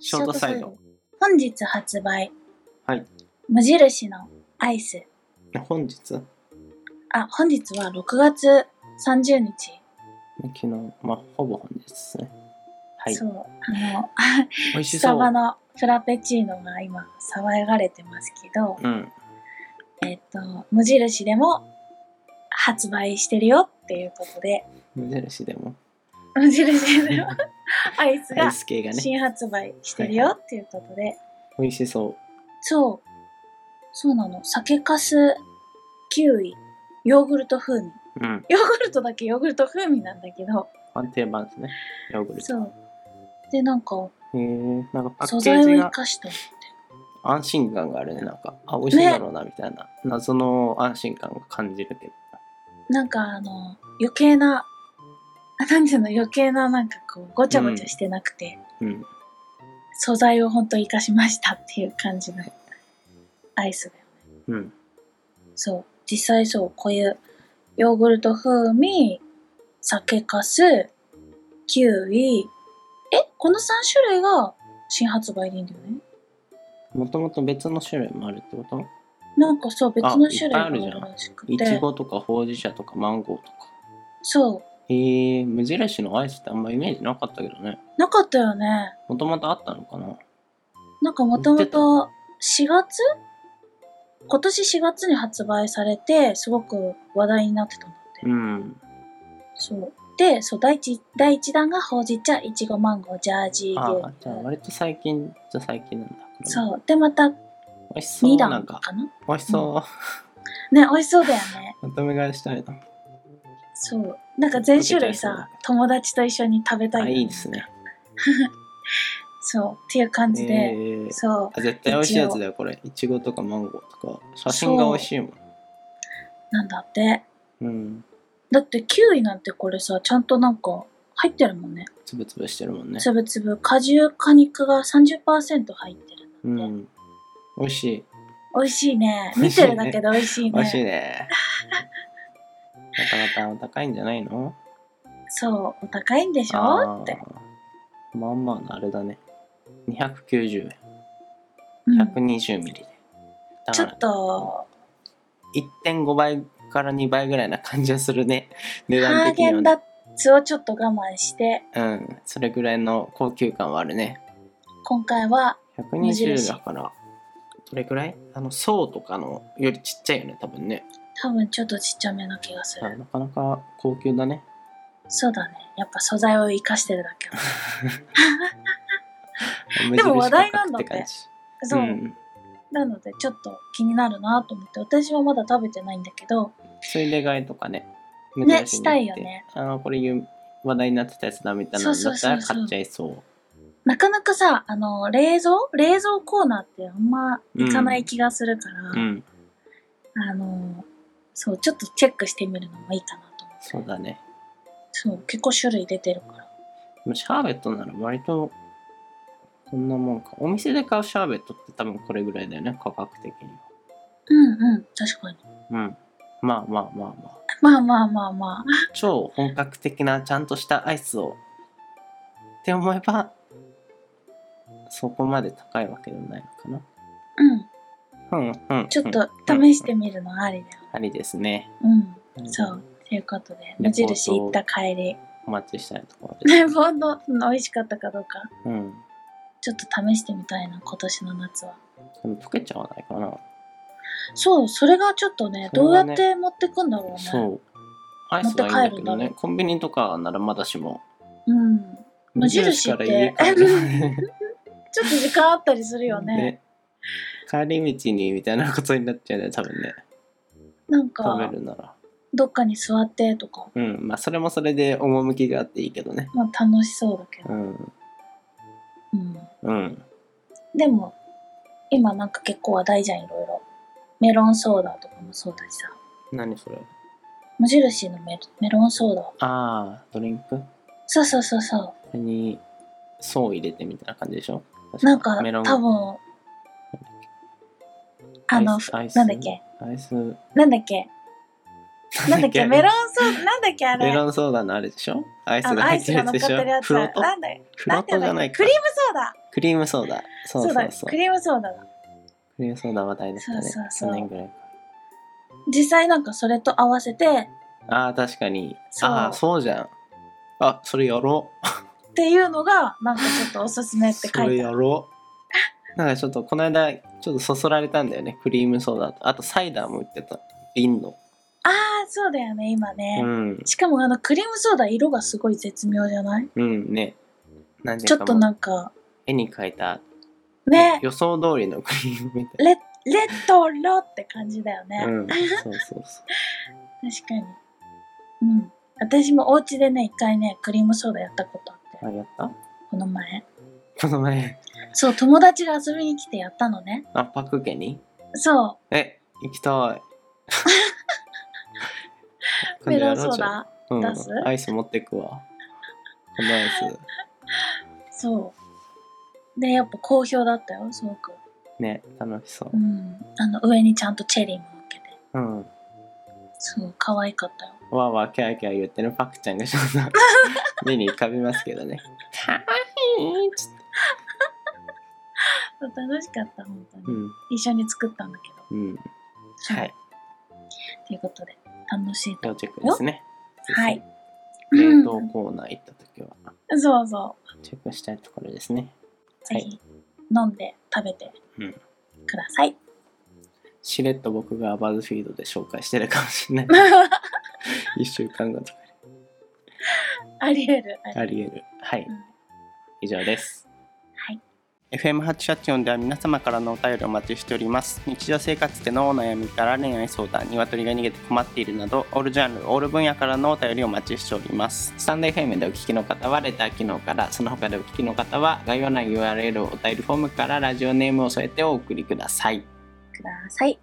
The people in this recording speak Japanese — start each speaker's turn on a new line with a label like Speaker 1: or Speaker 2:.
Speaker 1: ショートサイド。
Speaker 2: 本日発売、
Speaker 1: はい。
Speaker 2: 無印のアイス。
Speaker 1: 本日昨
Speaker 2: あ、本日は6月30日。
Speaker 1: 日、まあ、ほぼ本日ですね。はい。
Speaker 2: そう。あの、
Speaker 1: 美味し
Speaker 2: ス
Speaker 1: そ
Speaker 2: タ
Speaker 1: う。
Speaker 2: バのフラペチーノが今、騒がれてますけど、
Speaker 1: うん。
Speaker 2: えっと、無印でも発売してるよっていうことで、
Speaker 1: 無印でも。
Speaker 2: 無印でもアイス
Speaker 1: アイ
Speaker 2: が
Speaker 1: ス系がね。
Speaker 2: 新発売してるよっていうことで、
Speaker 1: 美味しそ
Speaker 2: そう。そうなの。酒かす、キウイ、ヨーグルト風味。
Speaker 1: う。うん。
Speaker 2: ヨーグルトだけヨーグルト風味なんだけど、
Speaker 1: まあ定番ですね。ヨーグルト。
Speaker 2: そう。で、なんか、
Speaker 1: へえ。なんかパッ
Speaker 2: 素
Speaker 1: ケー
Speaker 2: 材を
Speaker 1: ジ
Speaker 2: 生
Speaker 1: が
Speaker 2: かした。
Speaker 1: 安心感があるね。なんか、あ、美味しいだろうな、みたいな。謎の安心感を感じるけど。
Speaker 2: なんかあの、余計な、あなんていうの、余計ななんかこう、ごちゃごちゃしてなくて、
Speaker 1: うん。
Speaker 2: 素材をほんと生かしましたっていう感じのアイスだよ。
Speaker 1: うん。
Speaker 2: そう。実際そう、こういうヨーグルト風味、酒かす、キウイ。えこの3種類が新発売でいいんだよね
Speaker 1: もともと別の種類もあるってこと
Speaker 2: なんかそう、別の種類が
Speaker 1: あ
Speaker 2: あ
Speaker 1: いっぱいあるじ
Speaker 2: る
Speaker 1: ゃん
Speaker 2: らしく
Speaker 1: いち
Speaker 2: て。
Speaker 1: ごとかほうじ茶とかマンゴーとか。
Speaker 2: そう。
Speaker 1: へえ、無印のアイスってあんまイメージなかったけどね。
Speaker 2: なかったよね。
Speaker 1: もともとあったのかな
Speaker 2: なんかもともと4月今年4月に発売されて、すごく話題になってたんだって。
Speaker 1: うん。
Speaker 2: そう。で、そう、第一、第一弾がほうじ茶、いちごマンゴー、ジャージー
Speaker 1: あ
Speaker 2: 牛
Speaker 1: あ、じゃあ割と最近じゃ最近なんだ。う。
Speaker 2: そう。で、また
Speaker 1: 美味しそ
Speaker 2: 2
Speaker 1: う。な
Speaker 2: 弾
Speaker 1: ん
Speaker 2: か
Speaker 1: か、
Speaker 2: な
Speaker 1: 美味しそう。
Speaker 2: ね、美味しそうだよね。
Speaker 1: まとめ買いしたいな。
Speaker 2: そう。なんか全種類さ、友達と一緒に食べたいよ
Speaker 1: あ、
Speaker 2: ね、
Speaker 1: いいですね。
Speaker 2: そう。っていう感じ
Speaker 1: え
Speaker 2: で、
Speaker 1: ー
Speaker 2: そう。
Speaker 1: あ絶対美味しいやつだよ、これ。いちごとかマンゴーとか。写真が美味しいもん。
Speaker 2: なんだって。
Speaker 1: うん。
Speaker 2: だってキウイなんてこれさ、ちゃんとなんか入ってるもんね。
Speaker 1: つぶつぶしてるもんね。
Speaker 2: つぶつぶ、果汁、果肉が30%入ってる。
Speaker 1: うん。美味しい。
Speaker 2: 美味しいね。
Speaker 1: 美
Speaker 2: 見
Speaker 1: 味しい
Speaker 2: て
Speaker 1: ね
Speaker 2: るだけで美味しいね。
Speaker 1: 美味しい ね。なかなか高いんじゃないの
Speaker 2: そう、お高いんでし
Speaker 1: あ
Speaker 2: ょ
Speaker 1: ー
Speaker 2: って。
Speaker 1: まあまあなあれだね。290
Speaker 2: う
Speaker 1: 円。
Speaker 2: ん
Speaker 1: 120ミリで。だ
Speaker 2: ち
Speaker 1: か
Speaker 2: ょ
Speaker 1: ら
Speaker 2: っと、
Speaker 1: 1.5倍から2倍ぐらいな感じがするね。 値段
Speaker 2: ハー
Speaker 1: 的に
Speaker 2: ゲ
Speaker 1: は、ね
Speaker 2: ンダ。ッツをちょっと我慢して、
Speaker 1: うん。それぐらいの高級感はあるね。
Speaker 2: 今回は、無
Speaker 1: 120
Speaker 2: 印
Speaker 1: だから、どれくらいあの、層とかのよりちっちゃいよね、多分ね。
Speaker 2: 多分ちょっとちっちゃめな気がす
Speaker 1: あ
Speaker 2: る。
Speaker 1: なかなか高級だね。
Speaker 2: そうだね。やっぱ素材を活かしてる だけだ。
Speaker 1: 無
Speaker 2: でも話題
Speaker 1: 印価格
Speaker 2: なんだって
Speaker 1: 感じ
Speaker 2: そうう。
Speaker 1: ん。
Speaker 2: なので、ちょっと気になるなと思って、私はまだ食べてないんだけど、
Speaker 1: それで買いとかね。
Speaker 2: ね
Speaker 1: 珍に行って
Speaker 2: したいよね。
Speaker 1: あの、これ言う話題になってたやつだみたいなの
Speaker 2: そ
Speaker 1: だ
Speaker 2: うそう
Speaker 1: った
Speaker 2: そうそう
Speaker 1: ら買っちゃいそう。
Speaker 2: なかなかさ、あの、冷蔵冷蔵コーナーってあんま行かない気がするから、
Speaker 1: うん。
Speaker 2: あの、そう、ちょっとチェックしてみるのもいいかなと思って。
Speaker 1: そうだね。
Speaker 2: そう、結構種類出てるから。
Speaker 1: でもシャーベットなら割とこんなもんか。お店で買うシャーベットって多分これぐらいだよね、価格的に
Speaker 2: うんうん、確かに。
Speaker 1: は。うん。まあまあまあまあ。
Speaker 2: まあまあまあまあ。
Speaker 1: 超本格的なちゃんとしたアイスをって思えばそこまで高いわけでもないのか
Speaker 2: うん、
Speaker 1: な。うんうん。
Speaker 2: ちょっと試してみるのありだよ。
Speaker 1: ありですね。
Speaker 2: うん、そう。。ということで、無印行った帰り。
Speaker 1: お待ちしたいところです。
Speaker 2: レモンの美味しかったかどうか、
Speaker 1: うん。
Speaker 2: ちょっと試してみたいな、今年の夏は。
Speaker 1: でも溶けちゃわないかな。
Speaker 2: そう、それがちょっとね、
Speaker 1: それ
Speaker 2: どうや
Speaker 1: はね
Speaker 2: って持ってくんだろうね。
Speaker 1: そう。アイスはいいん だけど
Speaker 2: 持って帰るんだ
Speaker 1: ね。コンビニとかならまだしも。
Speaker 2: うん。無印
Speaker 1: か
Speaker 2: っ
Speaker 1: ら
Speaker 2: て
Speaker 1: 家帰る。
Speaker 2: ちょっと時間あったりするよね。
Speaker 1: ね帰り道にみたいなことになっちゃうね、多分ね。
Speaker 2: なん
Speaker 1: 食べ
Speaker 2: か、
Speaker 1: るなら。
Speaker 2: どっかに座ってとか、
Speaker 1: うん。まあ、それもそれで趣があっていいけどね。
Speaker 2: まあ楽しそうだけど
Speaker 1: う。ん。
Speaker 2: うん。
Speaker 1: うん。
Speaker 2: でも、今なんか結構話題じゃん、いろいろ。メロンソーダとかもそうだしさ。
Speaker 1: 何それ
Speaker 2: 無印のメメロンソーダ。
Speaker 1: ああ、ドリンクこ
Speaker 2: そうそうそうそ
Speaker 1: れに、層入れてみたいな感じでしょ
Speaker 2: う。なんか、
Speaker 1: メロン
Speaker 2: 多分、あの、
Speaker 1: アイス
Speaker 2: なんだっけ
Speaker 1: アイス、
Speaker 2: なんだっけなんだっけメロンソーダなんだっけあ
Speaker 1: メ
Speaker 2: れ
Speaker 1: ロンソーダのあれでしょアイス
Speaker 2: あ
Speaker 1: が
Speaker 2: のア
Speaker 1: 入
Speaker 2: イ
Speaker 1: って
Speaker 2: ス
Speaker 1: るやつでしてょ
Speaker 2: が乗っかっるやつ
Speaker 1: フロート
Speaker 2: なんだ
Speaker 1: フロー
Speaker 2: んて
Speaker 1: トじ
Speaker 2: だ
Speaker 1: ゃ
Speaker 2: っ
Speaker 1: な
Speaker 2: け
Speaker 1: い
Speaker 2: ク
Speaker 1: か
Speaker 2: リームソーダ
Speaker 1: クリームソーダそう
Speaker 2: そ
Speaker 1: そうう
Speaker 2: だ
Speaker 1: そう
Speaker 2: クリームソーダだ
Speaker 1: クリームソーダ話題だったね
Speaker 2: そうそうそう
Speaker 1: 去年ぐらい
Speaker 2: 実際なんかそれと合わせて
Speaker 1: ああ確かに
Speaker 2: そう
Speaker 1: ああーそうじゃんあそれやろう
Speaker 2: っていうのがなんかちょっとおすすめって書
Speaker 1: それ
Speaker 2: いてあ
Speaker 1: や
Speaker 2: る
Speaker 1: ろうなんかちょっとこの間ちょっとそそられたんだよねクリームソーダとあとサイダーも売ってた瓶の
Speaker 2: ああそうだよね今ね、
Speaker 1: うん
Speaker 2: しかもあのクリームソーダ色がすごい絶妙じゃない
Speaker 1: うんねなんで
Speaker 2: ちょっとな
Speaker 1: かも
Speaker 2: んか
Speaker 1: 絵に描いた
Speaker 2: ね
Speaker 1: 予想通りのクリームみたい
Speaker 2: レレトロって感じだよね、
Speaker 1: なうんそうそうそ
Speaker 2: 確かにうん私もお家でね一回ねクリームソーダやったことあって
Speaker 1: うあやった
Speaker 2: この前
Speaker 1: この前
Speaker 2: そう友達が遊びに来てやったのね
Speaker 1: あパク家に
Speaker 2: そ
Speaker 1: え行きたい
Speaker 2: うメロンソーダ
Speaker 1: うん
Speaker 2: 出す
Speaker 1: アイス持ってくわこのアイス
Speaker 2: そうでやっぱ好評だったよすごく
Speaker 1: ね楽しそう
Speaker 2: う、んあの上にちゃんとチェリーも乗っけて
Speaker 1: うん、
Speaker 2: すごい可愛かったよ
Speaker 1: わーわーキャーキャー言ってるパクちゃんがちょっと 目に浮かびますけどねかわいいちょっ
Speaker 2: そう楽しかった本当に、
Speaker 1: とうん
Speaker 2: 一緒に作ったんだけど
Speaker 1: うんはい
Speaker 2: ということで楽しいと
Speaker 1: 要チェックですね
Speaker 2: はい
Speaker 1: 冷凍コーナー行った時は
Speaker 2: そうそ
Speaker 1: チェックしたいところですね
Speaker 2: うぜひ飲んで食べて
Speaker 1: うん
Speaker 2: ください、
Speaker 1: しれっと僕がバズフィードで紹介してるかもしれない 1週間後とか
Speaker 2: ありえるありえる
Speaker 1: ありえるはい
Speaker 2: うん
Speaker 1: 以上です
Speaker 2: はい
Speaker 1: FM884 では皆様からのお便りをお待ちしております日常生活でのお悩みから恋愛相談鶏が逃げて困っているなどオールジャンルオール分野からのお便りをお待ちしておりますスタンド FM でお聞きの方はレター機能からその他でお聞きの方は概要欄 URL お便りフォームからラジオネームを添えてお送りください
Speaker 2: ください